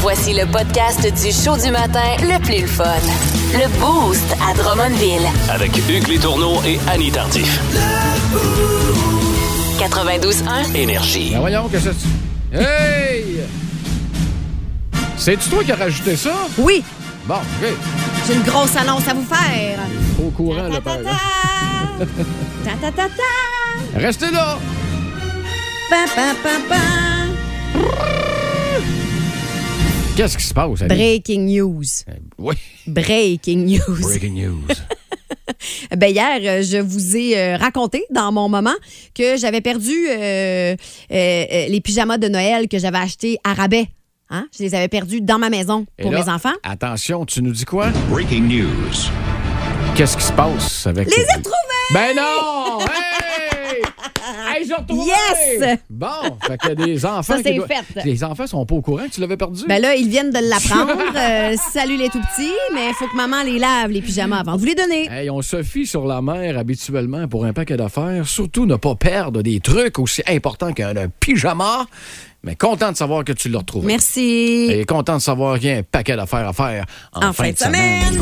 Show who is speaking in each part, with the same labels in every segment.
Speaker 1: Voici le podcast du show du matin le plus le fun. Le Boost à Drummondville.
Speaker 2: Avec Hugues Létourneau et Annie Tardif.
Speaker 1: 92.1.
Speaker 2: Énergie.
Speaker 3: Ben voyons que ça. Hey! C'est-tu toi qui as rajouté ça?
Speaker 4: Oui,
Speaker 3: Bon, OK.
Speaker 4: j'ai une grosse annonce à vous faire.
Speaker 3: Au courant, le père. hein?
Speaker 4: Ta-ta-ta! Ta-ta-ta-ta!
Speaker 3: Restez là!
Speaker 4: Pam, pam, pam, pam.
Speaker 3: Qu'est-ce qui se passe, Annie? Eh,
Speaker 4: Breaking news.
Speaker 3: Oui.
Speaker 4: Breaking news.
Speaker 3: Breaking news.
Speaker 4: Ben hier, euh, je vous ai euh, raconté dans mon moment que j'avais perdu euh, euh, euh, les pyjamas de Noël que j'avais achetés à rabais. Hein? Je les avais perdus dans ma maison
Speaker 3: Et
Speaker 4: pour
Speaker 3: là,
Speaker 4: mes enfants.
Speaker 3: Attention, tu nous dis quoi?
Speaker 2: Breaking news.
Speaker 3: Qu'est-ce qui se passe avec.
Speaker 4: Les ai retrouvés!
Speaker 3: Ben non! Hey! Hey, j'ai retrouvé!
Speaker 4: Yes!
Speaker 3: Bon, fait qu'il y a des enfants.
Speaker 4: Ça,
Speaker 3: qui
Speaker 4: c'est
Speaker 3: doivent-
Speaker 4: fait.
Speaker 3: Les enfants sont pas au courant que tu l'avais perdu.
Speaker 4: Ben là, ils viennent de l'apprendre. Euh, salut les tout petits, mais il faut que maman les lave, les pyjamas, avant de vous les donner.
Speaker 3: Hey, on se fie sur la mer habituellement pour un paquet d'affaires. Surtout ne pas perdre des trucs aussi importants qu'un un pyjama. Mais content de savoir que tu l'as retrouvé.
Speaker 4: Merci.
Speaker 3: Et content de savoir qu'il y a un paquet d'affaires à faire en, fin de semaine.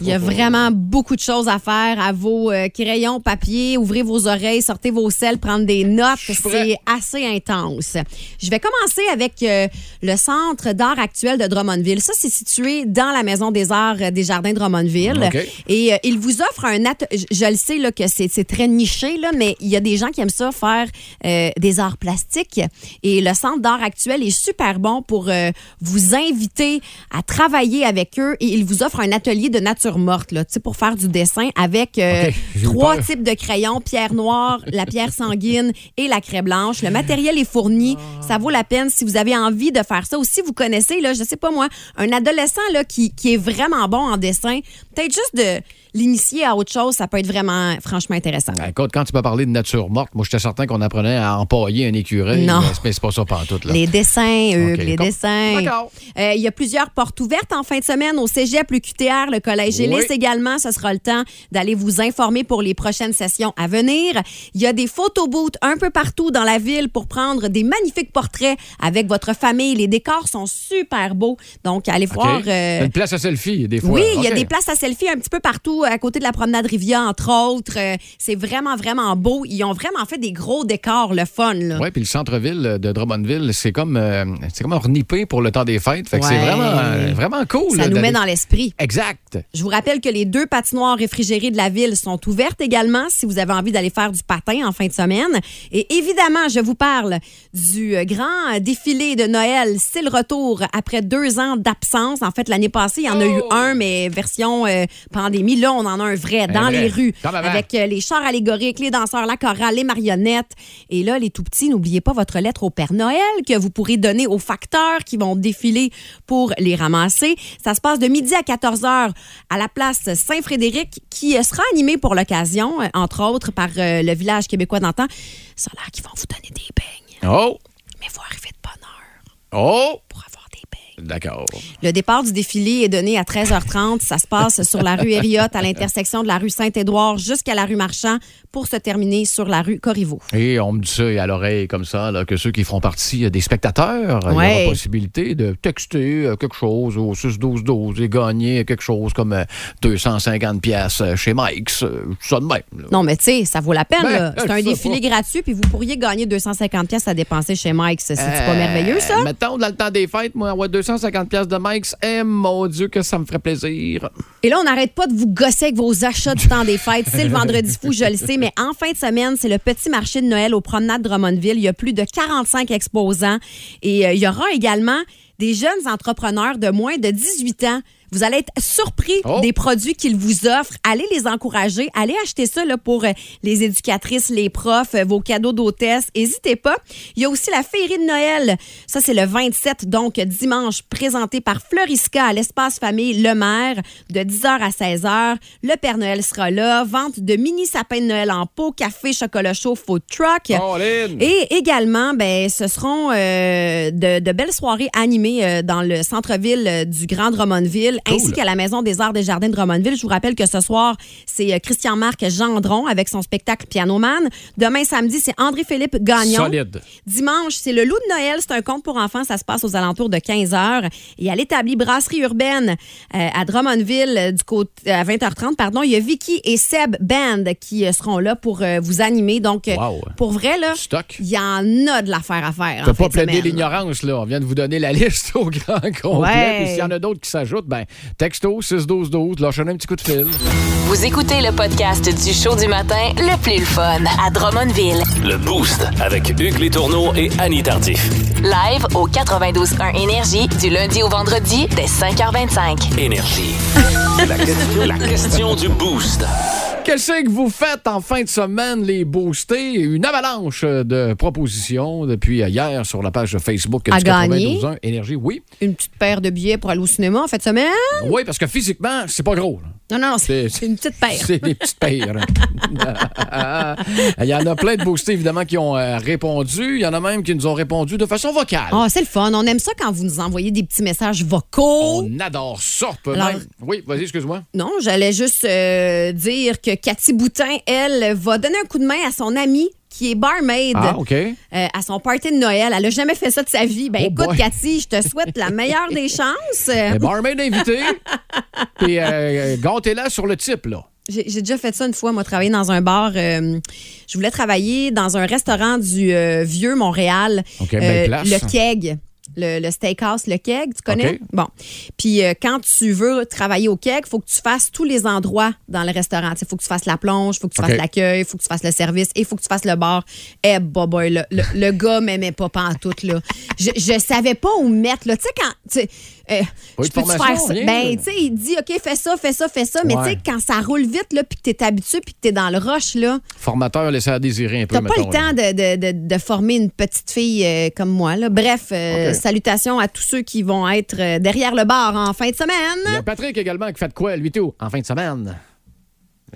Speaker 4: Il y a vraiment beaucoup de choses à faire à vos euh, crayons, papier, ouvrez vos oreilles, sortez vos selles, prendre des notes.
Speaker 3: suis prêt.
Speaker 4: C'est assez intense. Je vais commencer avec euh, le Centre d'art actuel de Drummondville. Ça, c'est situé dans la Maison des arts euh, des Jardins Drummondville.
Speaker 3: OK.
Speaker 4: Et euh, il vous offre un... at- Je, je le sais là, que c'est c'est très niché, là, mais il y a des gens qui aiment ça, faire euh, des arts plastiques. Et le Centre d'art actuel est super bon pour euh, vous inviter à travailler avec eux. Et il vous offre un atelier de nature morte là, tu sais, pour faire du dessin avec euh,
Speaker 3: OK, j'ai eu
Speaker 4: trois
Speaker 3: peur.
Speaker 4: types de crayons, pierre noire, la pierre sanguine et la craie blanche. Le matériel est fourni. Ça vaut la peine si vous avez envie de faire ça. Ou si vous connaissez, là, je sais pas moi, un adolescent là, qui, qui est vraiment bon en dessin, peut-être juste de l'initier à autre chose, ça peut être vraiment, franchement intéressant.
Speaker 3: Ben, Écoute, quand tu m'as parlé de nature morte, moi, j'étais certain qu'on apprenait à empailler un écureuil.
Speaker 4: Non.
Speaker 3: Mais, c'est- mais c'est pas ça pantoute, là.
Speaker 4: Les dessins, Hugues,
Speaker 3: OK,
Speaker 4: les
Speaker 3: com-
Speaker 4: dessins.
Speaker 3: D'accord.
Speaker 4: Euh, Il y a plusieurs portes ouvertes en fin de semaine au Cégep, le QTR, le Collège
Speaker 3: Oui.
Speaker 4: Gélis également. Ce sera le temps d'aller vous informer pour les prochaines sessions à venir. Il y a des photobooths un peu partout dans la ville pour prendre des magnifiques portraits avec votre famille. Les décors sont super beaux. Donc, allez
Speaker 3: OK.
Speaker 4: voir... euh,
Speaker 3: Une place à selfie, des fois.
Speaker 4: oui, il y a
Speaker 3: OK.
Speaker 4: des places à selfie un petit peu partout, à côté de la promenade Rivière, entre autres. Euh, C'est vraiment, vraiment beau. Ils ont vraiment fait des gros décors, le fun. Là.
Speaker 3: Oui, puis le centre-ville de Drummondville, c'est comme, euh, c'est comme ornipé pour le temps des fêtes. Fait que c'est
Speaker 4: Ouais.
Speaker 3: vraiment, euh, vraiment cool.
Speaker 4: Ça
Speaker 3: là,
Speaker 4: nous met
Speaker 3: d'aller-
Speaker 4: dans l'esprit.
Speaker 3: Exact.
Speaker 4: Je vous rappelle que les deux patinoires réfrigérées de la ville sont ouvertes également si vous avez envie d'aller faire du patin en fin de semaine. Et évidemment, je vous parle du euh, grand défilé de Noël. C'est le retour après deux ans d'absence. En fait, l'année passée, il y en a eu un, mais version euh, pandémie. Là, on en a un vrai dans
Speaker 3: Ben, vrai,
Speaker 4: les rues
Speaker 3: comme avant.
Speaker 4: avec euh, les chars allégoriques, les danseurs, la chorale, les marionnettes. Et là, les tout-petits, n'oubliez pas votre lettre au Père Noël que vous pourrez donner aux facteurs qui vont défiler pour les ramasser. Ça se passe de midi à 14 h à la place Saint-Frédéric qui euh, sera animée pour l'occasion, euh, entre autres par euh, le village québécois d'antan. Ça a l'air qu'ils vont vous donner des beignes,
Speaker 3: Oh!
Speaker 4: mais vous arrivez de bonne heure
Speaker 3: Oh!
Speaker 4: pour avoir des beignes.
Speaker 3: D'accord.
Speaker 4: Le départ du défilé est donné à 13h30. Ça se passe sur la rue Hériotte, à l'intersection de la rue Saint-Édouard jusqu'à la rue Marchand, pour se terminer sur la rue Corriveau.
Speaker 3: Et on me dit ça à l'oreille comme ça, là, que ceux qui feront partie euh, des spectateurs, euh, il y
Speaker 4: Ouais.
Speaker 3: aura possibilité de texter euh, quelque chose au 6-12-12 et gagner quelque chose comme euh, 250 pièces euh, chez Mike's. euh, Ça de même. là.
Speaker 4: Non, mais tu sais, ça vaut la peine.
Speaker 3: Ben,
Speaker 4: là. C'est un
Speaker 3: je sais
Speaker 4: défilé gratuit, puis vous pourriez gagner 250 pièces à dépenser chez Mike. C'est c'est-tu pas merveilleux, ça?
Speaker 3: Euh, mettons, dans le temps des fêtes, moi, ouais, 250 pièces de Mike's, eh mon Dieu, que ça me ferait plaisir.
Speaker 4: Et là, on n'arrête pas de vous gosser avec vos achats du temps des fêtes. C'est le vendredi fou, je le sais, mais en fin de semaine, c'est le petit marché de Noël au promenade Drummondville. Il y a plus de 45 exposants et euh, il y aura également des jeunes entrepreneurs de moins de 18 ans. Vous allez être surpris
Speaker 3: Oh.
Speaker 4: des produits qu'ils vous offrent. Allez les encourager. Allez acheter ça là, pour euh, les éducatrices, les profs, euh, vos cadeaux d'hôtesse. N'hésitez pas. Il y a aussi la féerie de Noël. Ça, c'est le 27, donc dimanche, présenté par Florisca à l'espace famille Le Maire de 10h à 16h. Le Père Noël sera là. Vente de mini sapins de Noël en pot, café, chocolat chaud, food truck.
Speaker 3: Colin!
Speaker 4: Et également, ben, ce seront euh, de, de belles soirées animées animée euh, dans le centre-ville euh, du Grand Drummondville,
Speaker 3: Cool.
Speaker 4: ainsi qu'à la Maison des Arts des Jardins de Drummondville. Je vous rappelle que ce soir, c'est euh, Christian-Marc Gendron avec son spectacle Piano Man. Demain, samedi, c'est André-Philippe Gagnon.
Speaker 3: Solide.
Speaker 4: Dimanche, c'est le loup de Noël. C'est un conte pour enfants. Ça se passe aux alentours de 15 h. Et à l'établi Brasserie Urbaine euh, à Drummondville, euh, du côté, à 20h30, pardon, il y a Vicky et Seb Band qui euh, seront là pour euh, vous animer. Donc, euh,
Speaker 3: Wow.
Speaker 4: pour vrai, là,
Speaker 3: Stock.
Speaker 4: il y en a de l'affaire à faire.
Speaker 3: Tu
Speaker 4: en fin
Speaker 3: pas
Speaker 4: de
Speaker 3: plaider
Speaker 4: semaine.
Speaker 3: l'ignorance, là. On vient de vous donner la liste au grand complet.
Speaker 4: Ouais.
Speaker 3: Puis s'il y en a d'autres qui s'ajoutent, ben, texto 612-12, lâchez-nous un petit coup de fil.
Speaker 1: Vous écoutez le podcast du show du matin le plus le fun à Drummondville.
Speaker 2: Le Boost avec Hugues Létourneau et Annie Tardif.
Speaker 1: Live au 92.1 Énergie du lundi au vendredi dès 5h25.
Speaker 2: Énergie. La question, la question du Boost.
Speaker 3: Qu'est-ce que vous faites en fin de semaine, les boostés? Une avalanche de propositions depuis hier sur la page Facebook du
Speaker 4: À gagner.
Speaker 3: 92.1 Énergie. Oui.
Speaker 4: Une petite paire de billets pour aller au cinéma en fin de semaine.
Speaker 3: Oui, parce que physiquement, c'est pas gros. là.
Speaker 4: Non, non, non, c'est
Speaker 3: C'est-
Speaker 4: c'est une petite paire.
Speaker 3: C'est des petites paires. Il y en a plein de boostés, évidemment, qui ont euh, répondu. Il y en a même qui nous ont répondu de façon vocale.
Speaker 4: Ah, c'est le fun. On aime ça quand vous nous envoyez des petits messages vocaux.
Speaker 3: On adore ça. Peut
Speaker 4: Alors-
Speaker 3: même- Oui, vas-y, excuse-moi.
Speaker 4: Non, j'allais juste euh, dire que Cathy Boutin, elle, va donner un coup de main à son amie qui est barmaid.
Speaker 3: Ah, OK.
Speaker 4: euh, à son party de Noël. Elle n'a jamais fait ça de sa vie. Ben
Speaker 3: Oh
Speaker 4: écoute,
Speaker 3: boy.
Speaker 4: Cathy, je te souhaite la meilleure des chances. Euh,
Speaker 3: Eh, Barmaid invité. Puis euh, gâtez-la sur le type, là.
Speaker 4: J'ai j'ai déjà fait ça une fois, moi, travailler dans un bar. euh, je voulais travailler dans un restaurant du euh, vieux Montréal. Euh,
Speaker 3: OK, belle place.
Speaker 4: Le Keg. Le, le steakhouse, le keg, tu connais?
Speaker 3: OK.
Speaker 4: Bon. Puis euh, quand tu veux travailler au keg, faut que tu fasses tous les endroits dans le restaurant. Il faut que tu fasses la plonge, faut que tu
Speaker 3: OK.
Speaker 4: fasses l'accueil, faut que tu fasses le service et faut que tu fasses le bar. Eh, bah, boy, le, le, le gars m'aimait pas pantoute, là. Je, je savais pas où mettre, là. Tu sais, quand. tu sais, euh,
Speaker 3: Pas
Speaker 4: je
Speaker 3: eu de
Speaker 4: peux-tu faire
Speaker 3: formation,
Speaker 4: ça?
Speaker 3: rien,
Speaker 4: Ben,
Speaker 3: là.
Speaker 4: tu sais, il dit, OK, fais ça, fais ça, fais ça. Mais
Speaker 3: Ouais.
Speaker 4: tu sais, quand ça roule vite, là, puis que t'es habitué, puis que t'es dans le rush, là,
Speaker 3: Formateur, laissez à désirer un peu,
Speaker 4: t'as pas le
Speaker 3: mettons, là.
Speaker 4: temps de, de- de- de former une petite fille euh, comme moi, là. Bref, euh,
Speaker 3: OK.
Speaker 4: salutations à tous ceux qui vont être euh, derrière le bar en fin de
Speaker 3: Il y
Speaker 4: semaine.
Speaker 3: a Patrick également qui fait de quoi, lui, tout, en fin de semaine.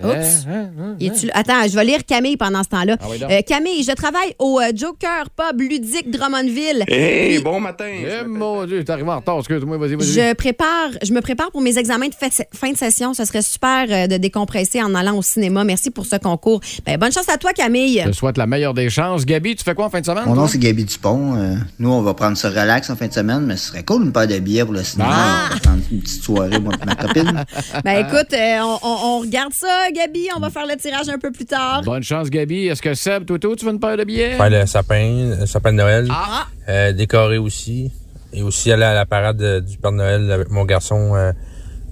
Speaker 4: Oups.
Speaker 3: Eh, hein, hein.
Speaker 4: Et tu- Attends, je vais lire Camille pendant ce temps-là.
Speaker 3: Ah oui, donc.
Speaker 4: Euh, Camille, je travaille au euh, Joker Pub ludique Drummondville.
Speaker 5: Hey, bon matin!
Speaker 3: Eh, mon Dieu, t'es arrivé en retard, excuse-moi, vas-y, vas-y.
Speaker 4: Je prépare, je me prépare pour mes examens de fait- fin de session. Ce serait super euh, de décompresser en allant au cinéma. Merci pour ce concours. Ben, bonne chance à toi, Camille.
Speaker 3: Je te souhaite la meilleure des chances. Gabi, tu fais quoi en fin de semaine?
Speaker 6: Mon nom,
Speaker 3: toi?
Speaker 6: c'est Gabi Dupont. Euh, nous, on va prendre ce relax en fin de semaine, mais ce serait cool une paire de billets pour le cinéma.
Speaker 3: Ah!
Speaker 6: On va prendre une petite soirée, moi et ma copine.
Speaker 4: Ben écoute, euh, on, on- on regarde ça, Gabi. On va faire le tirage un peu plus tard.
Speaker 3: Bonne chance, Gabi. Est-ce que Seb, Toto, tu veux une paire de billets?
Speaker 7: Faire le sapin, le sapin de Noël.
Speaker 3: Ah!
Speaker 7: Euh, décorer aussi. Et aussi aller à la parade euh, du Père Noël avec mon garçon euh,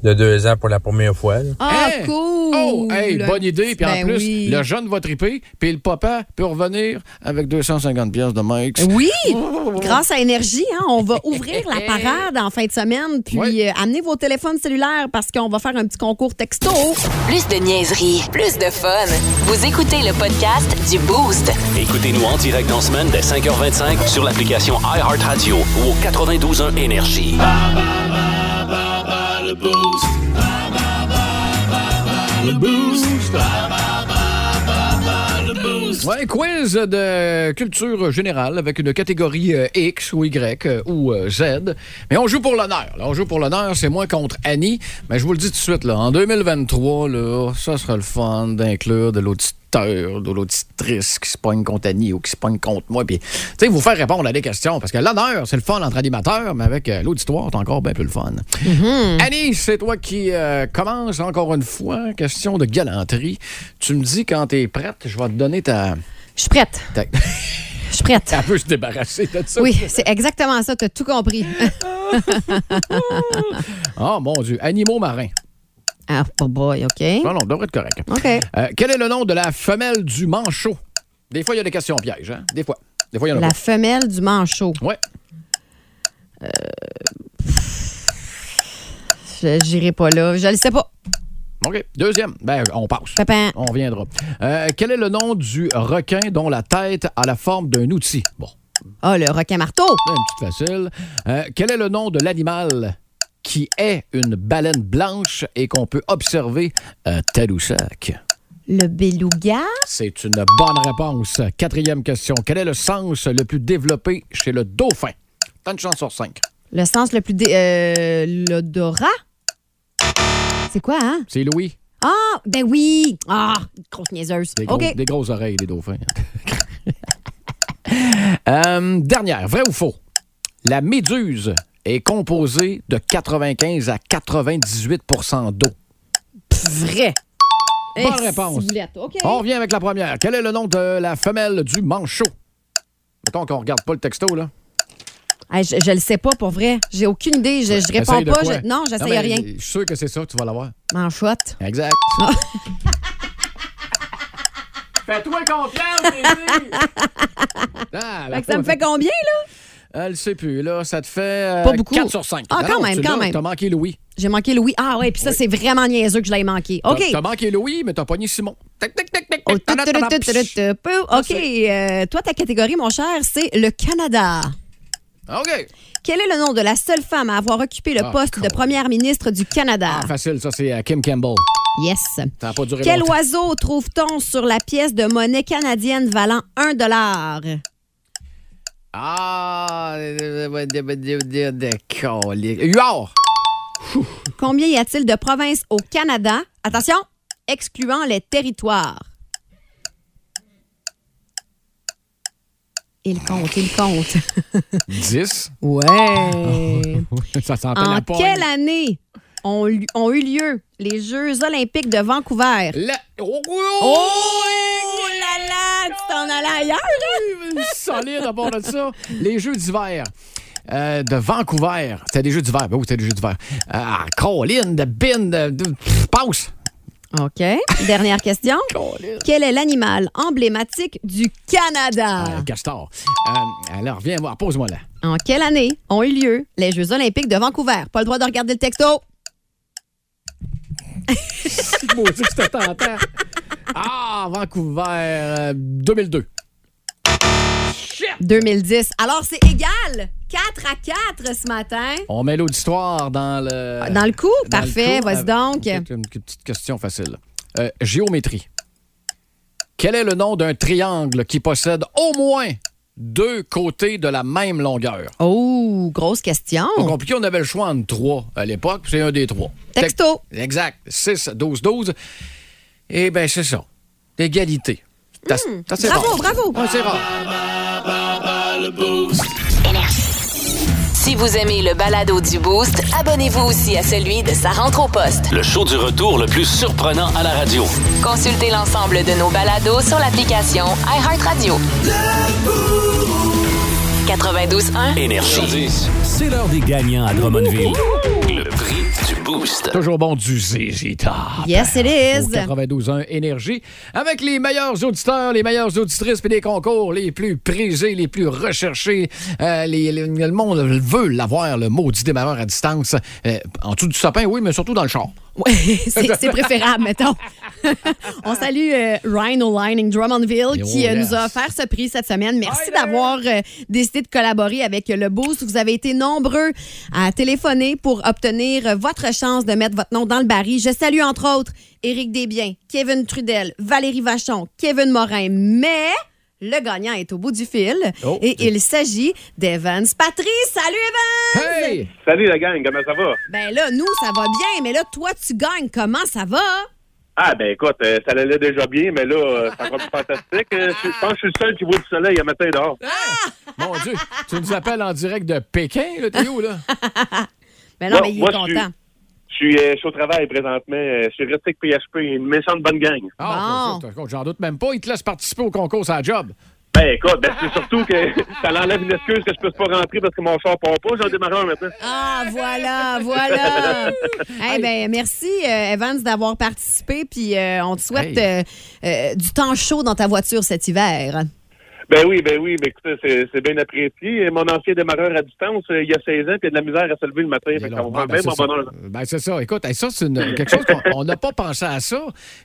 Speaker 7: de deux ans pour la première fois. là.
Speaker 4: Ah,
Speaker 3: Hey!
Speaker 4: cool!
Speaker 3: Oh, hey, bonne idée. Puis en
Speaker 4: Ben
Speaker 3: plus,
Speaker 4: oui.
Speaker 3: le jeune va triper, puis le papa peut revenir avec 250 pièces de Mike.
Speaker 4: Oui! Grâce à Énergie, hein, on va ouvrir la parade en fin de semaine. Puis
Speaker 3: Oui.
Speaker 4: euh, amenez vos téléphones cellulaires parce qu'on va faire un petit concours texto.
Speaker 1: Plus de niaiserie, plus de fun. Vous écoutez le podcast du Boost.
Speaker 2: Écoutez-nous en direct en semaine dès 5h25 sur l'application iHeartRadio ou au 92.1 Énergie.
Speaker 3: Ouais, quiz de culture générale avec une catégorie euh, X ou Y euh, ou euh, Z. Mais on joue pour l'honneur. là. On joue pour l'honneur, c'est moi contre Annie. Mais je vous le dis tout de suite, là, en 2023, là, ça sera le fun d'inclure de l'auditeur, de l'auditrice qui se pogne contre Annie ou qui se pogne contre moi. Puis, tu sais, vous faire répondre à des questions. Parce que l'honneur, c'est le fun entre animateurs, mais avec euh, l'auditoire, c'est encore bien plus le fun.
Speaker 4: Mm-hmm.
Speaker 3: Annie, c'est toi qui euh, commence encore une fois. Question de galanterie. Tu me dis quand t'es prête, je vais te donner ta.
Speaker 4: Je suis prête.
Speaker 3: Ta-
Speaker 4: Je suis prête.
Speaker 3: Elle veut se débarrasser de Ah, ça.
Speaker 4: Oui, c'est exactement ça. Tu as tout compris.
Speaker 3: Oh mon Dieu. Animaux marins.
Speaker 4: Ah, oh boy, OK.
Speaker 3: Non, non, devrait être correct.
Speaker 4: OK.
Speaker 3: Euh, quel est le nom de la femelle du manchot? Des fois, il y a des questions pièges, hein? Des fois. Des fois, il y en a
Speaker 4: La
Speaker 3: pas.
Speaker 4: femelle du manchot.
Speaker 3: Ouais.
Speaker 4: Je- J'irai pas là. Je le sais pas.
Speaker 3: OK. Deuxième. Ben, on passe.
Speaker 4: Pépin.
Speaker 3: On reviendra. Euh, quel est le nom du requin dont la tête a la forme d'un outil? Bon,
Speaker 4: Ah, le requin marteau.
Speaker 3: une petite facile. Euh, quel est le nom de l'animal qui est une baleine blanche et qu'on peut observer euh, à Tadoussac?
Speaker 4: Le beluga.
Speaker 3: C'est une bonne réponse. Quatrième question. Quel est le sens le plus développé chez le dauphin? Tant de chance sur cinq.
Speaker 4: Le sens le plus. dé- euh, L'odorat? C'est quoi, hein?
Speaker 3: C'est Louis.
Speaker 4: Ah, ben oui! Ah, grosse niaiseuse.
Speaker 3: Des, gros-
Speaker 4: OK.
Speaker 3: des grosses oreilles, les dauphins. Euh, dernière, vrai ou faux? La méduse est composée de 95 à 98 d'eau.
Speaker 4: Vrai.
Speaker 3: Bonne
Speaker 4: Eh,
Speaker 3: réponse. Oh.
Speaker 4: ciboulette. OK.
Speaker 3: On revient avec la première. Quel est le nom de la femelle du manchot? Mettons qu'on regarde pas le texto, là.
Speaker 4: Eh, je, je le sais pas, pour vrai. J'ai aucune idée. Je, je réponds
Speaker 3: Essaye de
Speaker 4: pas.
Speaker 3: quoi?
Speaker 4: je- non, j'essaye
Speaker 3: mais
Speaker 4: rien. Ah.
Speaker 3: Je suis sûr que c'est ça, tu vas l'avoir.
Speaker 4: Manchotte.
Speaker 3: Exact. Fais-toi confiance, Lizzie! Ah, la
Speaker 4: Fait que ça me
Speaker 3: pauvre-
Speaker 4: fait combien, là?
Speaker 3: Elle sait plus, là, ça te fait euh,
Speaker 4: Pas beaucoup.
Speaker 3: 4 sur 5.
Speaker 4: Ah, quand même, quand même.
Speaker 3: T'as manqué Louis.
Speaker 4: J'ai manqué Louis. Ah, ouais, puis ça, c'est vraiment niaiseux que je l'ai manqué. OK.
Speaker 3: T'as- T'as manqué Louis, mais t'as pogné Simon. Tic, tic, tic, tic,
Speaker 4: Oh,
Speaker 3: tic, tic, tic, tic, tic, tic.
Speaker 4: tututututututu. OK. euh, toi, ta catégorie, mon cher, c'est le Canada.
Speaker 3: OK.
Speaker 4: Quel est le nom de la seule femme à avoir occupé le
Speaker 3: Ah,
Speaker 4: poste de
Speaker 3: con.
Speaker 4: première ministre du Canada?
Speaker 3: Ah, facile, ça, c'est euh, Kim Campbell.
Speaker 4: Yes.
Speaker 3: Ça n'a pas duré
Speaker 4: Quel
Speaker 3: longtemps.
Speaker 4: oiseau trouve-t-on sur la pièce de monnaie canadienne valant 1 dollar?
Speaker 3: Ah, de Huard!
Speaker 4: Combien y a-t-il de provinces au Canada? Attention, excluant les territoires. Il compte, il compte.
Speaker 3: 10.
Speaker 4: Ouais.
Speaker 3: Ça sentait
Speaker 4: en
Speaker 3: la pogne.
Speaker 4: quelle année ont, lu- ont eu lieu les Jeux olympiques de Vancouver?
Speaker 3: La- Oh, oh,
Speaker 4: Oh là là, tu t'en allais ailleurs, hein?
Speaker 3: Solide à part de ça. Les Jeux d'hiver. euh, de Vancouver. C'était des Jeux d'hiver. Ben oui, c'était des Jeux d'hiver. Ah, Colin, de Bin, de, de- pff, passe.
Speaker 4: OK. Dernière question. Quel est l'animal emblématique du Canada?
Speaker 3: Ah, le castor. Euh, alors, viens voir, pose-moi là.
Speaker 4: En quelle année ont eu lieu les Jeux olympiques de Vancouver? Pas le droit de regarder le texto.
Speaker 3: Maudit que je te t'entends. Ah, Vancouver, euh, 2002.
Speaker 4: 2010. Alors, c'est égal. 4 à 4 ce matin.
Speaker 3: On met l'auditoire dans le...
Speaker 4: Ah, Dans le coup?
Speaker 3: Euh, dans le
Speaker 4: Parfait.
Speaker 3: coup.
Speaker 4: Vas-y
Speaker 3: Ah,
Speaker 4: donc.
Speaker 3: ok, Une petite question facile. Euh, géométrie. Quel est le nom d'un triangle qui possède au moins deux côtés de la même longueur?
Speaker 4: Oh, grosse question.
Speaker 3: Pas compliqué, on avait le choix entre trois à l'époque, puis c'est un des trois.
Speaker 4: Texto.
Speaker 3: Tec- Exact. 6, 12, 12. Eh bien, c'est ça. L'égalité. C'est assez- c'est assez
Speaker 4: Hmm. Bravo,
Speaker 3: rare.
Speaker 4: bravo.
Speaker 3: Ouais, c'est rare.
Speaker 1: Si vous aimez le balado du Boost, abonnez-vous aussi à celui de Sa rentre au poste.
Speaker 2: Le show du retour le plus surprenant à la radio.
Speaker 1: Consultez l'ensemble de nos balados sur l'application iHeartRadio. 92.1.
Speaker 2: Énergie. C'est l'heure des gagnants à Drummondville. Le prix du boost.
Speaker 3: Toujours bon du ZZ Top.
Speaker 4: Yes, it
Speaker 3: Au
Speaker 4: is.
Speaker 3: 92.1 Énergie. Avec les meilleurs auditeurs, les meilleures auditrices, puis les concours les plus prisés, les plus recherchés. Euh, les- les- le monde veut l'avoir, le maudit démarreur à distance. Euh, en dessous du sapin, oui, mais surtout dans le char.
Speaker 4: Ouais, c'est c'est préférable, mettons. On salue euh, Ryan O'Lining Drummondville
Speaker 3: Et
Speaker 4: qui euh,
Speaker 3: oh, yes.
Speaker 4: nous a offert ce prix cette semaine. Merci d'avoir euh, décidé de collaborer avec le Boost. Vous avez été nombreux à téléphoner pour obtenir euh, votre chance de mettre votre nom dans le baril. Je salue entre autres Éric Desbiens, Kevin Trudel, Valérie Vachon, Kevin Morin, mais... Le gagnant est au bout du fil
Speaker 3: Oh.
Speaker 4: et il s'agit d'Evans Patrice. Salut Evans!
Speaker 3: Hey!
Speaker 5: Salut la gang, comment ça va?
Speaker 4: Ben là, nous, ça va bien, mais là, toi, tu gagnes. Comment ça va?
Speaker 5: Ah ben écoute, euh, ça allait déjà bien, mais là, euh, c'est encore plus fantastique. Euh, je je pense que je suis le seul qui voit du soleil un matin dehors.
Speaker 3: Mon Dieu, tu nous appelles en direct de Pékin, là, t'es où, là?
Speaker 4: Mais Ben non,
Speaker 5: Non,
Speaker 4: mais il est
Speaker 5: moi, je
Speaker 4: content.
Speaker 5: Je suis, euh, je suis au travail présentement, euh, je suis Rustic PHP, une méchante bonne gang.
Speaker 3: Ah,
Speaker 4: Bon.
Speaker 3: ça, ça, j'en doute même pas. Ils te laissent participer au concours, à la job.
Speaker 5: Ben écoute, ben c'est surtout que ça l'enlève une excuse que je puisse pas rentrer parce que mon char part pas, j'en démarre un maintenant.
Speaker 4: Ah, voilà, voilà. Eh ben, merci, euh, Evans, d'avoir participé. Puis euh, on te souhaite euh, euh, du temps chaud dans ta voiture cet hiver.
Speaker 5: Ben oui, ben oui, ben écoutez, c'est, c'est bien apprécié. Et Mon ancien démarreur à distance, euh, il y a 16 ans, puis il y a de la misère à se lever le matin, fait
Speaker 3: Et
Speaker 5: qu'on
Speaker 3: là,
Speaker 5: va
Speaker 3: ben,
Speaker 5: même
Speaker 3: c'est
Speaker 5: mon
Speaker 3: ça.
Speaker 5: bonheur.
Speaker 3: Ben, c'est ça. Écoute, hey, ça, c'est une- quelque chose qu'on on n'a pas pensé à ça.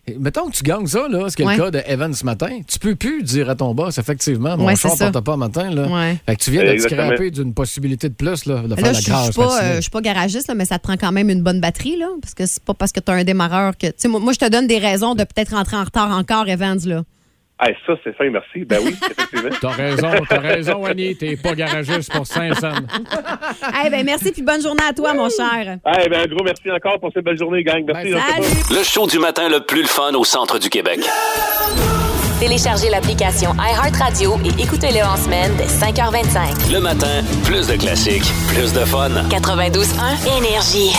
Speaker 3: Et Mettons que tu gagnes ça, là, ce qui est
Speaker 4: Ouais.
Speaker 3: le cas de Evan ce matin. Tu peux plus dire à ton boss, effectivement, mon
Speaker 4: Ouais,
Speaker 3: char
Speaker 4: c'est ça.
Speaker 3: porte pas matin. Là.
Speaker 4: Ouais.
Speaker 3: Fait que tu viens de te
Speaker 5: Exactement.
Speaker 3: scraper d'une possibilité de plus là, de faire
Speaker 4: Là,
Speaker 3: la
Speaker 4: je ne
Speaker 3: grâce.
Speaker 4: suis pas,
Speaker 3: matinée.
Speaker 4: euh, je suis pas garagiste, là, mais ça te prend quand même une bonne batterie, là, parce que c'est pas parce que tu as un démarreur que. Tu sais, moi, moi, je te donne des raisons de peut-être rentrer en retard encore, Evans, là.
Speaker 5: Ah, ça, c'est fin, merci. Ben oui, effectivement.
Speaker 3: T'as raison, t'as raison, Annie. T'es pas garagiste pour Saint-Saëns.
Speaker 4: Eh ben merci, puis bonne journée à toi, mon cher.
Speaker 5: Ah, ben, un gros merci encore pour cette belle journée, gang. Merci.
Speaker 3: Ben,
Speaker 5: on sait pas.
Speaker 4: Salut!
Speaker 2: Le show du matin le plus le fun au centre du Québec.
Speaker 1: Téléchargez l'application iHeartRadio et écoutez-le en semaine dès 5h25.
Speaker 2: Le matin, plus de classiques, plus de fun.
Speaker 1: 92.1 Énergie.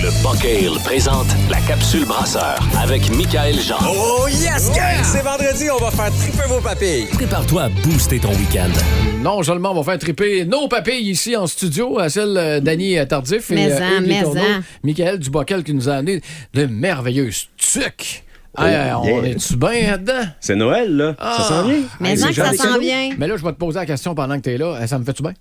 Speaker 2: Le Buck Ale présente la capsule brasseur avec Michael Jean.
Speaker 8: Oh yes, gang! C'est vendredi, on va faire triper vos papilles.
Speaker 2: Prépare-toi à booster ton week-end.
Speaker 3: Non seulement on va faire triper nos papilles ici en studio, à celle euh, d'Annie euh, Tardif et
Speaker 4: Mais
Speaker 3: euh,
Speaker 4: en,
Speaker 3: Hugues
Speaker 4: mais
Speaker 3: Létourneau,
Speaker 4: en.
Speaker 3: Michael Dubockel qui nous a amené de merveilleuses tuques. Hey, on
Speaker 9: Oh, yeah.
Speaker 3: est-tu bien là-dedans?
Speaker 9: C'est Noël, là. Ça sent bien?
Speaker 4: Mais
Speaker 3: Hey,
Speaker 4: non,
Speaker 3: c'est
Speaker 4: que ça
Speaker 3: genre des
Speaker 4: s'en
Speaker 3: cadeaux.
Speaker 4: vient.
Speaker 3: Mais là, je vais te poser la question pendant que tu es là. Eh, Ça me fait-tu bien?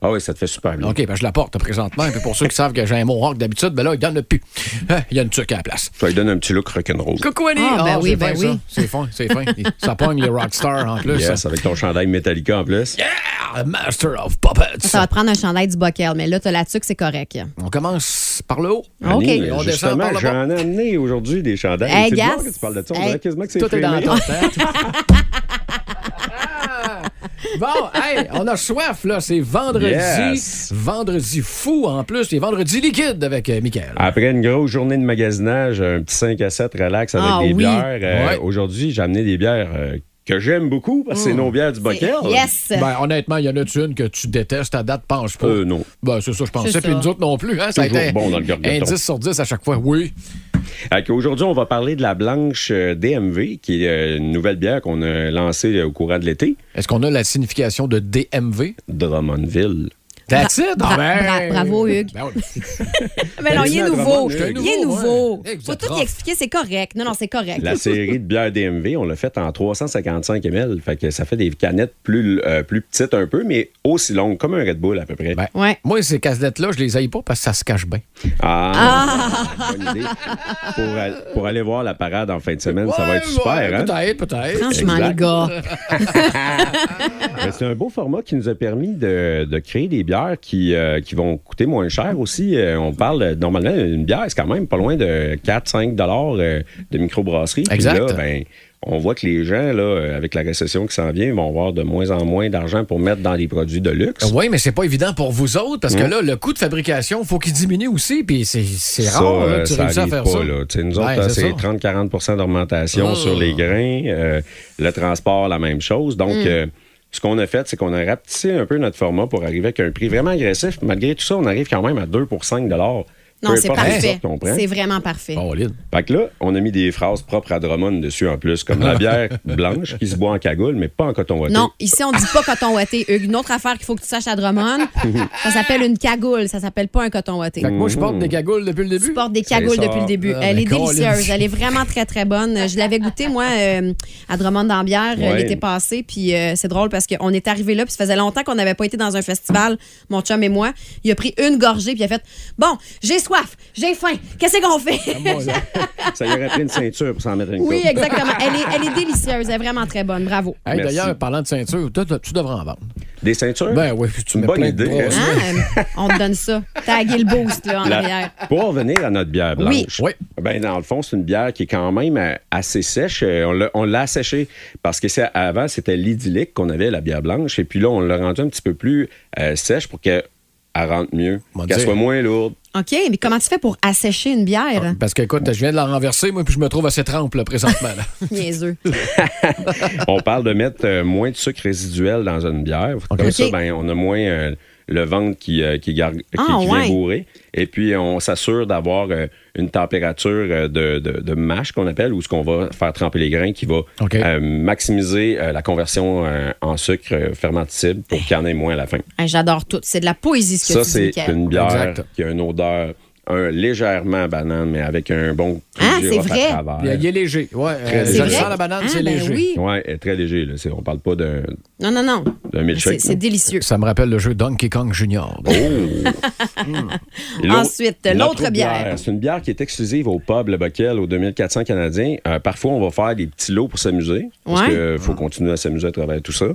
Speaker 9: Ah oui, ça te fait super bien.
Speaker 3: OK, ben je la porte présentement. Et puis pour ceux qui savent que j'ai un mohawk d'habitude, ben là, il donne le pu. Ah, Il y a une tuque à la place.
Speaker 9: Ça lui donne un petit look rock'n'roll.
Speaker 3: Coucou Annie!
Speaker 4: Ah, ben
Speaker 3: c'est
Speaker 4: oui,
Speaker 3: fin,
Speaker 4: ben
Speaker 3: ça.
Speaker 4: oui.
Speaker 3: C'est fin, c'est fin. Ça pogne les rockstars en plus.
Speaker 9: Yes, avec ton chandail Metallica en plus.
Speaker 3: Ah, Master of Puppets.
Speaker 4: Ça va te prendre un chandail du bocal, mais là, t'as la tuque, c'est correct.
Speaker 3: On commence par le haut.
Speaker 4: OK.
Speaker 9: Annie,
Speaker 3: On descend par
Speaker 9: justement,
Speaker 3: le bas.
Speaker 9: j'en ai amené aujourd'hui des chandails.
Speaker 4: Hey,
Speaker 9: c'est bizarre
Speaker 4: Gas.
Speaker 9: que tu parles de ça. On
Speaker 4: Hey,
Speaker 9: dirait quasiment que c'est
Speaker 3: Tout est dans
Speaker 9: fumé.
Speaker 3: ton tête. Ah! Bon, hey, on a soif, là. C'est vendredi.
Speaker 9: Yes.
Speaker 3: Vendredi fou, en plus. Et vendredi liquide avec euh, Michael.
Speaker 9: Après une grosse journée de magasinage, un petit 5 à 7 relax avec
Speaker 4: Ah
Speaker 9: des
Speaker 4: oui.
Speaker 9: bières. euh,
Speaker 3: Ouais.
Speaker 9: Aujourd'hui, j'ai amené des bières euh, que j'aime beaucoup parce que c'est nos bières du Bockel.
Speaker 4: Yes!
Speaker 3: Ben, honnêtement, il y en a une que tu détestes à date, pense pas.
Speaker 9: Euh, non.
Speaker 3: Ben, c'est ça, je pensais.
Speaker 4: C'est
Speaker 3: Puis
Speaker 4: ça.
Speaker 3: nous autres non plus. Hein, ça a
Speaker 9: Toujours
Speaker 3: été
Speaker 9: bon dans le
Speaker 3: un
Speaker 9: gargoton.
Speaker 3: 10 sur 10 à chaque fois. Oui.
Speaker 9: Fait qu'aujourd'hui, on va parler de la blanche euh, DMV, qui est euh, une nouvelle bière qu'on a lancée euh, au courant de l'été.
Speaker 3: Est-ce qu'on a la signification de DMV?
Speaker 9: Drummondville.
Speaker 3: That's it!
Speaker 4: bra-
Speaker 3: Ah ben!
Speaker 4: bra- bravo, Hugues.
Speaker 3: Ben, oui.
Speaker 4: Mais Ah, ben non, il est
Speaker 9: Christina
Speaker 4: nouveau.
Speaker 9: Drummond,
Speaker 4: Il
Speaker 9: je
Speaker 4: est
Speaker 9: suis
Speaker 4: nouveau.
Speaker 3: nouveau, ouais.
Speaker 4: Faut tout y expliquer, c'est correct. Non, non, c'est correct.
Speaker 9: La série de bières DMV, on l'a faite en 355 ml. Fait que ça fait des canettes plus, euh, plus petites un peu, mais aussi longues, comme un Red Bull à peu près.
Speaker 3: Ben,
Speaker 4: Ouais.
Speaker 3: Moi, ces casse-dettes-là, je les haïs pas parce que ça se cache bien.
Speaker 9: Ah! Bonne idée. Pour, al- pour aller voir la parade en fin de semaine, ça va être
Speaker 3: Ouais,
Speaker 9: super,
Speaker 3: ouais,
Speaker 9: hein?
Speaker 3: Peut-être, peut-être.
Speaker 4: Franchement, les
Speaker 9: Exact.
Speaker 4: gars.
Speaker 9: Ben, C'est un beau format qui nous a permis de, de créer des bières qui, euh, qui vont coûter moins cher aussi. Euh, on parle, euh, normalement, une bière, c'est quand même pas loin de 4-5 dollars euh, de microbrasserie. Puis
Speaker 3: Exact.
Speaker 9: là, ben, on voit que les gens, là, euh, avec la récession qui s'en vient, ils vont avoir de moins en moins d'argent pour mettre dans des produits de luxe.
Speaker 3: Oui, Euh, mais c'est pas évident pour vous autres parce
Speaker 9: Mm.
Speaker 3: que là, le coût de fabrication, faut qu'il diminue aussi. Puis c'est- c'est
Speaker 9: Ça,
Speaker 3: rare là,
Speaker 9: euh,
Speaker 3: que tu
Speaker 9: ça
Speaker 3: réussisses à
Speaker 9: arrive
Speaker 3: faire
Speaker 9: pas,
Speaker 3: ça.
Speaker 9: là. Tu sais, nous autres,
Speaker 3: Ouais,
Speaker 9: là,
Speaker 3: c'est
Speaker 9: c'est
Speaker 3: ça.
Speaker 9: 30-40 d'augmentation
Speaker 3: Ah.
Speaker 9: sur les grains. euh, le transport, la même chose. Donc,
Speaker 4: Mm.
Speaker 9: euh, ce qu'on a fait, c'est qu'on a rapetissé un peu notre format pour arriver avec un prix vraiment agressif. Malgré tout ça, on arrive quand même à 2 pour 5 Non,
Speaker 4: Non, c'est parfait.
Speaker 9: qu'on prend.
Speaker 4: C'est vraiment parfait.
Speaker 3: Bon, Lynn.
Speaker 9: Fait que là, on a mis des phrases propres à Drummond dessus en plus, comme la bière blanche qui se boit en cagoule, mais pas en coton watté.
Speaker 4: Non, ici, on dit pas coton ouaté. Hugues, une autre affaire qu'il faut que tu saches à Drummond, ça s'appelle une cagoule. Ça s'appelle pas un coton ouaté.
Speaker 3: Fait que moi, je
Speaker 9: Mm.
Speaker 3: porte des cagoules depuis le
Speaker 4: Tu
Speaker 3: début.
Speaker 4: portes des cagoules
Speaker 9: ça.
Speaker 4: depuis le début.
Speaker 3: Ah,
Speaker 4: Elle
Speaker 3: mais
Speaker 4: est délicieuse.
Speaker 3: Colin.
Speaker 4: Elle est vraiment très, très bonne. Je l'avais goûtée, moi, euh, à Drummond en bière euh,
Speaker 9: Ouais.
Speaker 4: l'été passé. Puis euh, c'est drôle parce qu'on est arrivé là, puis ça faisait longtemps qu'on n'avait pas été dans un festival, mon chum et moi. Il a pris une gorgée, puis il a fait Bon, j'ai soif, j'ai faim. Qu'est-ce qu'on
Speaker 9: Ah,
Speaker 4: fait?
Speaker 9: Ça y aurait pris une ceinture pour s'en mettre une
Speaker 4: Oui,
Speaker 9: coupe.
Speaker 4: exactement. Elle est, elle est délicieuse. Elle est vraiment très bonne. Bravo.
Speaker 3: Hey,
Speaker 9: Merci.
Speaker 3: D'ailleurs, parlant de ceinture, toi, toi, tu devrais en vendre.
Speaker 9: Des ceintures?
Speaker 3: Ben oui, puis tu
Speaker 9: Une
Speaker 3: mets
Speaker 9: bonne
Speaker 3: plein de
Speaker 9: idée,
Speaker 3: broches.
Speaker 9: hein?
Speaker 4: Hein? On te donne ça. Taguer le boost là, en
Speaker 9: La-
Speaker 4: arrière.
Speaker 9: Pour revenir à notre bière blanche,
Speaker 3: Oui.
Speaker 9: Ben, dans le fond, c'est une bière qui est quand même euh, assez sèche. Euh, on l'a- On l'a séchée parce que c'est- avant, c'était l'idyllique qu'on avait, la bière blanche. Et puis là, on l'a rendue un petit peu plus euh, sèche pour qu'elle elle rentre mieux,
Speaker 3: Bon
Speaker 9: qu'elle
Speaker 3: dire.
Speaker 9: soit moins lourde.
Speaker 4: OK, mais comment tu fais pour assécher une
Speaker 9: Ah.
Speaker 4: bière?
Speaker 3: Parce que, écoute, je viens de la renverser, moi, puis je me trouve assez trempe, là, présentement. là.
Speaker 4: Niaiseux.
Speaker 9: on parle de mettre euh, moins de sucre résiduel dans une bière. Comme ça,
Speaker 4: Ok.
Speaker 9: ben, on a moins euh, le ventre qui, euh, qui, gar- qui-
Speaker 4: Ah,
Speaker 9: qui vient
Speaker 4: ouais.
Speaker 9: bourrer. Et puis, on s'assure d'avoir euh, une température euh, de, de, de mâche qu'on appelle, ou ce qu'on va faire tremper les grains, qui va
Speaker 3: Ok.
Speaker 9: euh, maximiser euh, la conversion euh, en sucre euh, fermentable pour qu'il y en ait moins à la fin.
Speaker 4: Hey, J'adore tout. C'est de la poésie ce que
Speaker 9: Ça,
Speaker 4: tu dis,
Speaker 9: c'est
Speaker 4: Mickaël.
Speaker 9: une bière
Speaker 3: Exact.
Speaker 9: qui a une odeur un, légèrement banane, mais avec un bon
Speaker 4: Ah,
Speaker 9: coup de
Speaker 4: c'est
Speaker 9: girofle à
Speaker 4: vrai.
Speaker 9: travers.
Speaker 3: Il est léger. Ouais, euh,
Speaker 9: Très
Speaker 3: je le
Speaker 9: léger.
Speaker 3: sens, la banane,
Speaker 4: Ah,
Speaker 3: c'est
Speaker 4: ben
Speaker 3: léger.
Speaker 4: Oui.
Speaker 9: Ouais, elle est très léger. Là. C'est- on parle pas d'un
Speaker 4: Non, non, non.
Speaker 9: Un
Speaker 4: C'est
Speaker 9: milkshake.
Speaker 4: c'est délicieux.
Speaker 3: Ça me rappelle le jeu Donkey Kong Junior.
Speaker 9: Oh, Et l'autre-
Speaker 4: Ensuite, l'autre bière.
Speaker 9: C'est une bière qui est exclusive au pub Le Bockel aux 2400 Canadiens. Euh, parfois, on va faire des petits lots pour s'amuser. Parce
Speaker 4: Ouais.
Speaker 9: qu'il faut continuer à s'amuser à travers tout ça.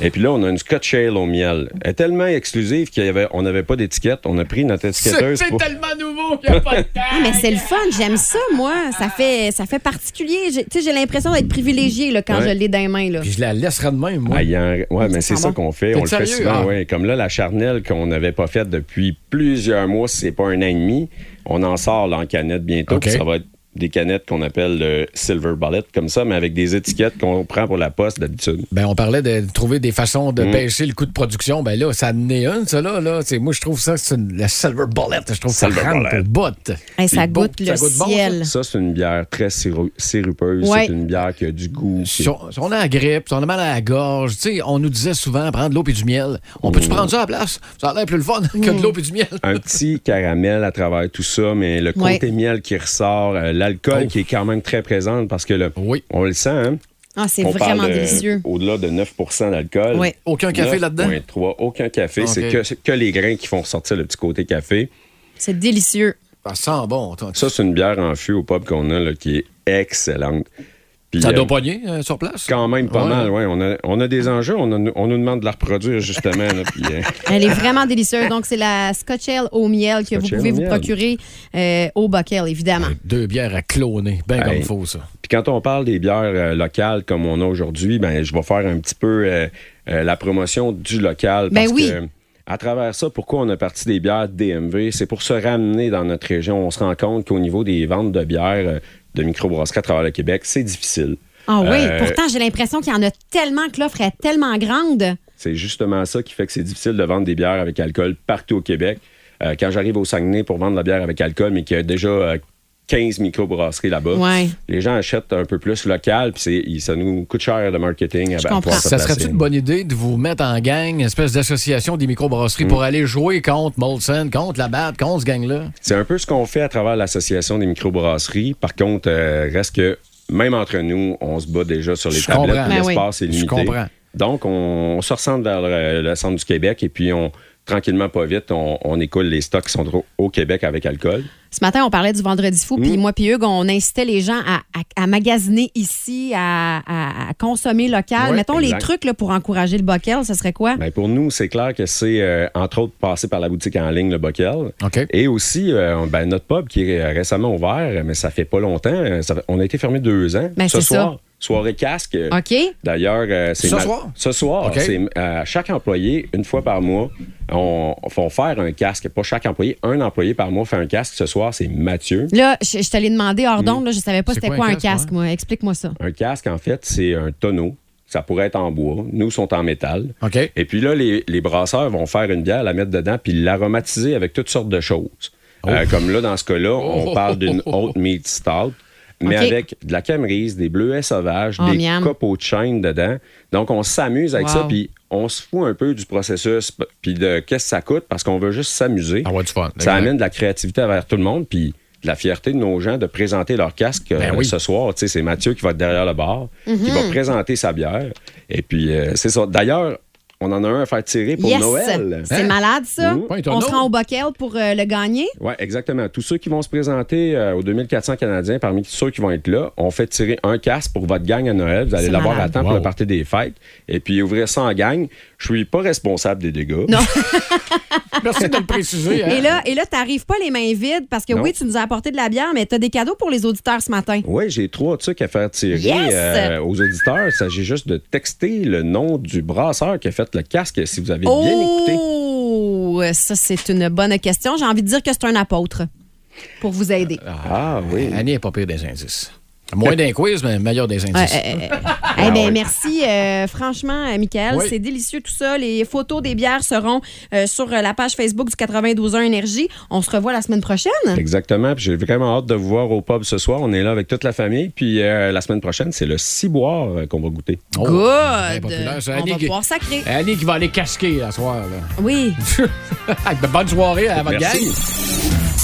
Speaker 9: Et puis là, on a une Scotch Ale au miel. Elle est tellement exclusive qu'on avait, on n'avait pas d'étiquette. On a pris notre
Speaker 3: C'est
Speaker 9: étiquetteuse
Speaker 3: c'est
Speaker 9: pour...
Speaker 3: tellement nouveau qu'il n'y a pas de temps.
Speaker 4: Ah, mais c'est le fun, j'aime ça, moi. Ça fait, ça fait particulier. J'ai- Tu sais, j'ai l'impression d'être privilégié là, quand
Speaker 9: Ouais.
Speaker 4: je l'ai dans les mains. Là.
Speaker 3: Puis je la laisserai de même, moi.
Speaker 9: Ah, il y en- Ouais, mais c'est ça qu'on fait.
Speaker 3: T'es
Speaker 9: On le fait
Speaker 3: sérieux,
Speaker 9: souvent.
Speaker 3: hein?
Speaker 9: ouais. Comme là, la charnelle qu'on n'avait pas faite depuis plusieurs mois, c'est pas un an et demi. On en sort là, en canette bientôt.
Speaker 3: OK.
Speaker 9: puis Ça va être des canettes qu'on appelle le Silver Bullet, comme ça, mais avec des étiquettes qu'on prend pour la poste d'habitude.
Speaker 3: Ben, on parlait de trouver des façons
Speaker 9: Mm.
Speaker 3: de pêcher le coût de production. Ben là, ça en est une, ça, là. là. C'est- Moi, je trouve ça, c'est une- la silver bullet. Je trouve que
Speaker 9: Silver
Speaker 3: ça rentre
Speaker 9: bullet.
Speaker 3: au bout.
Speaker 4: Hey, ça
Speaker 9: C'est beau.
Speaker 4: goûte le
Speaker 3: Ça goûte bon, ça?
Speaker 4: ciel.
Speaker 9: Ça, c'est une bière très siru- sirupeuse.
Speaker 4: Ouais.
Speaker 9: C'est une bière qui a du goût. qui-
Speaker 3: Si on, si on a la grippe, si on a mal à la gorge, tu sais, on nous disait souvent prendre de l'eau et du miel.
Speaker 9: Mm.
Speaker 3: On peut-tu prendre ça à la place? Ça a l'air plus le fun que de l'eau et du miel.
Speaker 9: Un petit caramel à travers tout ça, mais le
Speaker 4: Ouais.
Speaker 9: côté miel qui ressort, euh, l'alcool
Speaker 3: Oh.
Speaker 9: qui est quand même très présent parce que le,
Speaker 3: Oui.
Speaker 9: on le sent, hein?
Speaker 4: Ah, c'est
Speaker 9: On
Speaker 4: vraiment
Speaker 9: parle de-
Speaker 4: délicieux.
Speaker 9: Au-delà de 9 d'alcool.
Speaker 4: Ouais.
Speaker 3: Aucun café là-dedans?
Speaker 9: 9,3, aucun café.
Speaker 3: Ok.
Speaker 9: C'est que, c'est que les grains qui font ressortir le petit côté café.
Speaker 4: C'est délicieux.
Speaker 3: Ça sent bon. toi.
Speaker 9: Ça, c'est une bière en fût au pub qu'on a là, qui est excellente. Puis,
Speaker 3: Ça
Speaker 9: euh,
Speaker 3: doit pogner euh, sur place?
Speaker 9: Quand même pas
Speaker 3: Ouais.
Speaker 9: mal, oui. On a, on a des enjeux, on, a- on nous demande de la reproduire justement. là, puis, euh,
Speaker 4: Elle est vraiment délicieuse. Donc, c'est la Scotch Ale au miel que
Speaker 9: Scotch
Speaker 4: vous
Speaker 9: Ale
Speaker 4: pouvez
Speaker 9: au
Speaker 4: vous
Speaker 9: miel.
Speaker 4: procurer euh, au Bockel, évidemment.
Speaker 3: Deux bières à cloner. Ben comme
Speaker 9: Hey.
Speaker 3: faut, ça.
Speaker 9: Puis quand on parle des bières euh, locales comme on a aujourd'hui, ben je vais faire un petit peu euh, euh, la promotion du local.
Speaker 4: Ben
Speaker 9: parce
Speaker 4: oui.
Speaker 9: que, à travers ça, pourquoi on a parti des bières DMV? C'est pour se ramener dans notre région. On se rend compte qu'au niveau des ventes de bières euh, de microbrasserie à travers le Québec, c'est difficile.
Speaker 4: Ah oui,
Speaker 9: Euh,
Speaker 4: pourtant, j'ai l'impression qu'il y en a tellement que l'offre est tellement grande.
Speaker 9: C'est justement ça qui fait que c'est difficile de vendre des bières avec alcool partout au Québec. Euh, quand j'arrive au Saguenay pour vendre de la bière avec alcool, mais qu'il y a déjà euh, 15 microbrasseries là-bas,
Speaker 4: Ouais.
Speaker 9: les gens achètent un peu plus local, puis c'est- il- ça nous coûte cher le marketing. à- à
Speaker 4: comprends.
Speaker 9: pouvoir se
Speaker 3: Ah, Ça serait-tu
Speaker 9: placer.
Speaker 3: une bonne idée de vous mettre en gang, une espèce d'association des microbrasseries pour aller jouer contre Molson, contre la Batte, contre ce gang-là?
Speaker 9: C'est un peu ce qu'on fait à travers l'association des microbrasseries. Par contre, euh, reste que même entre nous, on se bat déjà sur les
Speaker 3: Je
Speaker 9: tablettes.
Speaker 3: comprends.
Speaker 4: Ben oui.
Speaker 9: L'espace est
Speaker 3: Je
Speaker 9: limité.
Speaker 3: comprends.
Speaker 9: Donc, on, on se recentre vers le, le centre du Québec et puis on tranquillement, pas vite, on, on écoule les stocks qui sont au, au Québec avec alcool.
Speaker 4: Ce matin, on parlait du Vendredi fou,
Speaker 9: Mm.
Speaker 4: puis moi puis Hugues, on incitait les gens à, à- à magasiner ici, à, à- à consommer local.
Speaker 9: Ouais,
Speaker 4: Mettons les
Speaker 9: exact.
Speaker 4: trucs là, pour encourager le Bockel, ce serait quoi?
Speaker 9: Ben, pour nous, c'est clair que c'est, euh, entre autres, passer par la boutique en ligne, le Bockel.
Speaker 3: OK.
Speaker 9: Et aussi, euh, ben, notre pub qui est récemment ouvert, mais ça fait pas longtemps. euh, ça fait- on a été fermé deux ans.
Speaker 4: Ben,
Speaker 9: ce
Speaker 4: c'est ça.
Speaker 9: soir, soirée casque.
Speaker 4: OK?
Speaker 9: D'ailleurs, euh, c'est
Speaker 3: Ce
Speaker 9: ma-
Speaker 3: soir?
Speaker 9: Ce soir,
Speaker 3: OK.
Speaker 9: c'est euh, chaque employé une fois par mois, on, on font faire un casque. Pas chaque employé, un employé par mois fait un casque. Ce soir, c'est Mathieu.
Speaker 4: Là, je, je t'allais demander,
Speaker 9: Mm.
Speaker 4: Ordon, là, je savais pas
Speaker 3: C'est
Speaker 4: c'était quoi, un casque,
Speaker 3: ouais?
Speaker 4: moi. Explique-moi ça.
Speaker 9: Un casque, en fait, c'est un tonneau. Ça pourrait être en bois. Nous sont en métal.
Speaker 3: OK.
Speaker 9: Et puis là, les, les brasseurs vont faire une bière, la mettre dedans, puis l'aromatiser avec toutes sortes de choses. Euh, comme là, dans ce cas-là, on
Speaker 3: Oh.
Speaker 9: parle d'une haute meat stout, mais
Speaker 4: OK.
Speaker 9: avec de la camerise, des bleuets sauvages,
Speaker 4: Oh,
Speaker 9: des
Speaker 4: miam.
Speaker 9: copeaux de chêne dedans. Donc, on s'amuse avec
Speaker 4: Wow.
Speaker 9: ça, puis on se fout un peu du processus, p- puis de qu'est-ce que ça coûte, parce qu'on veut juste s'amuser.
Speaker 3: Avoir du fun,
Speaker 9: Ça
Speaker 3: exact.
Speaker 9: amène de la créativité vers tout le monde, puis de la fierté de nos gens de présenter leur casque
Speaker 3: Ben
Speaker 9: euh,
Speaker 3: oui.
Speaker 9: ce soir. Tu sais, c'est Mathieu qui va être derrière le bar, qui
Speaker 4: Mhm.
Speaker 9: va présenter sa bière. Et puis, euh, c'est ça. D'ailleurs, on en a un à faire tirer pour
Speaker 4: yes!
Speaker 9: Noël.
Speaker 4: C'est
Speaker 3: Hein?
Speaker 4: malade, ça.
Speaker 9: Mmh.
Speaker 3: Pas un
Speaker 4: On
Speaker 3: tonneau.
Speaker 4: se rend au Bockel pour euh, le gagner.
Speaker 9: Oui, exactement. Tous ceux qui vont se présenter euh, aux 2400 Canadiens, parmi ceux qui vont être là, on fait tirer un casque pour votre gang à Noël. Vous allez
Speaker 4: C'est
Speaker 9: l'avoir à
Speaker 4: malade.
Speaker 9: temps pour
Speaker 3: Wow.
Speaker 9: le party des fêtes. Et puis, ouvrir ça en gang. Je suis pas responsable des dégâts.
Speaker 4: Non.
Speaker 3: Merci de le préciser. hein.
Speaker 4: Et là, et là t'arrives pas les mains vides parce que
Speaker 9: Ben Non.
Speaker 4: oui, tu nous as apporté de la bière, mais t'as des cadeaux pour les auditeurs ce matin.
Speaker 9: Oui, j'ai trois trucs à faire tirer
Speaker 4: Yes!
Speaker 9: euh, aux auditeurs. Il s'agit juste de texter le nom du brasseur qui a fait le casque si vous avez bien écouté.
Speaker 4: Oh, ça, c'est une bonne question. J'ai envie de dire que c'est un apôtre pour vous aider.
Speaker 9: Ah oui.
Speaker 3: Annie est pas pire des indices. Moins d'un quiz, mais meilleur des indices.
Speaker 4: Ouais, euh, euh, eh ben, Merci, euh, franchement, euh, Michael.
Speaker 3: Ah Oui.
Speaker 4: C'est délicieux tout ça. Les photos des bières seront euh, sur euh, la page Facebook du 92.1 Énergie. On se revoit la semaine prochaine.
Speaker 9: Exactement. Puis j'ai vraiment hâte de vous voir au pub ce soir. On est là avec toute la famille. Puis euh, la semaine prochaine, c'est le ciboire euh, qu'on va goûter.
Speaker 3: Oh,
Speaker 4: Good.
Speaker 3: bien populaire, ça.
Speaker 4: On
Speaker 3: Annie
Speaker 4: va
Speaker 3: qui-
Speaker 4: pouvoir sacrer.
Speaker 3: Annie qui va aller casquer la soir. Là.
Speaker 4: Oui.
Speaker 3: Bonne soirée à votre
Speaker 9: Merci.
Speaker 3: gang.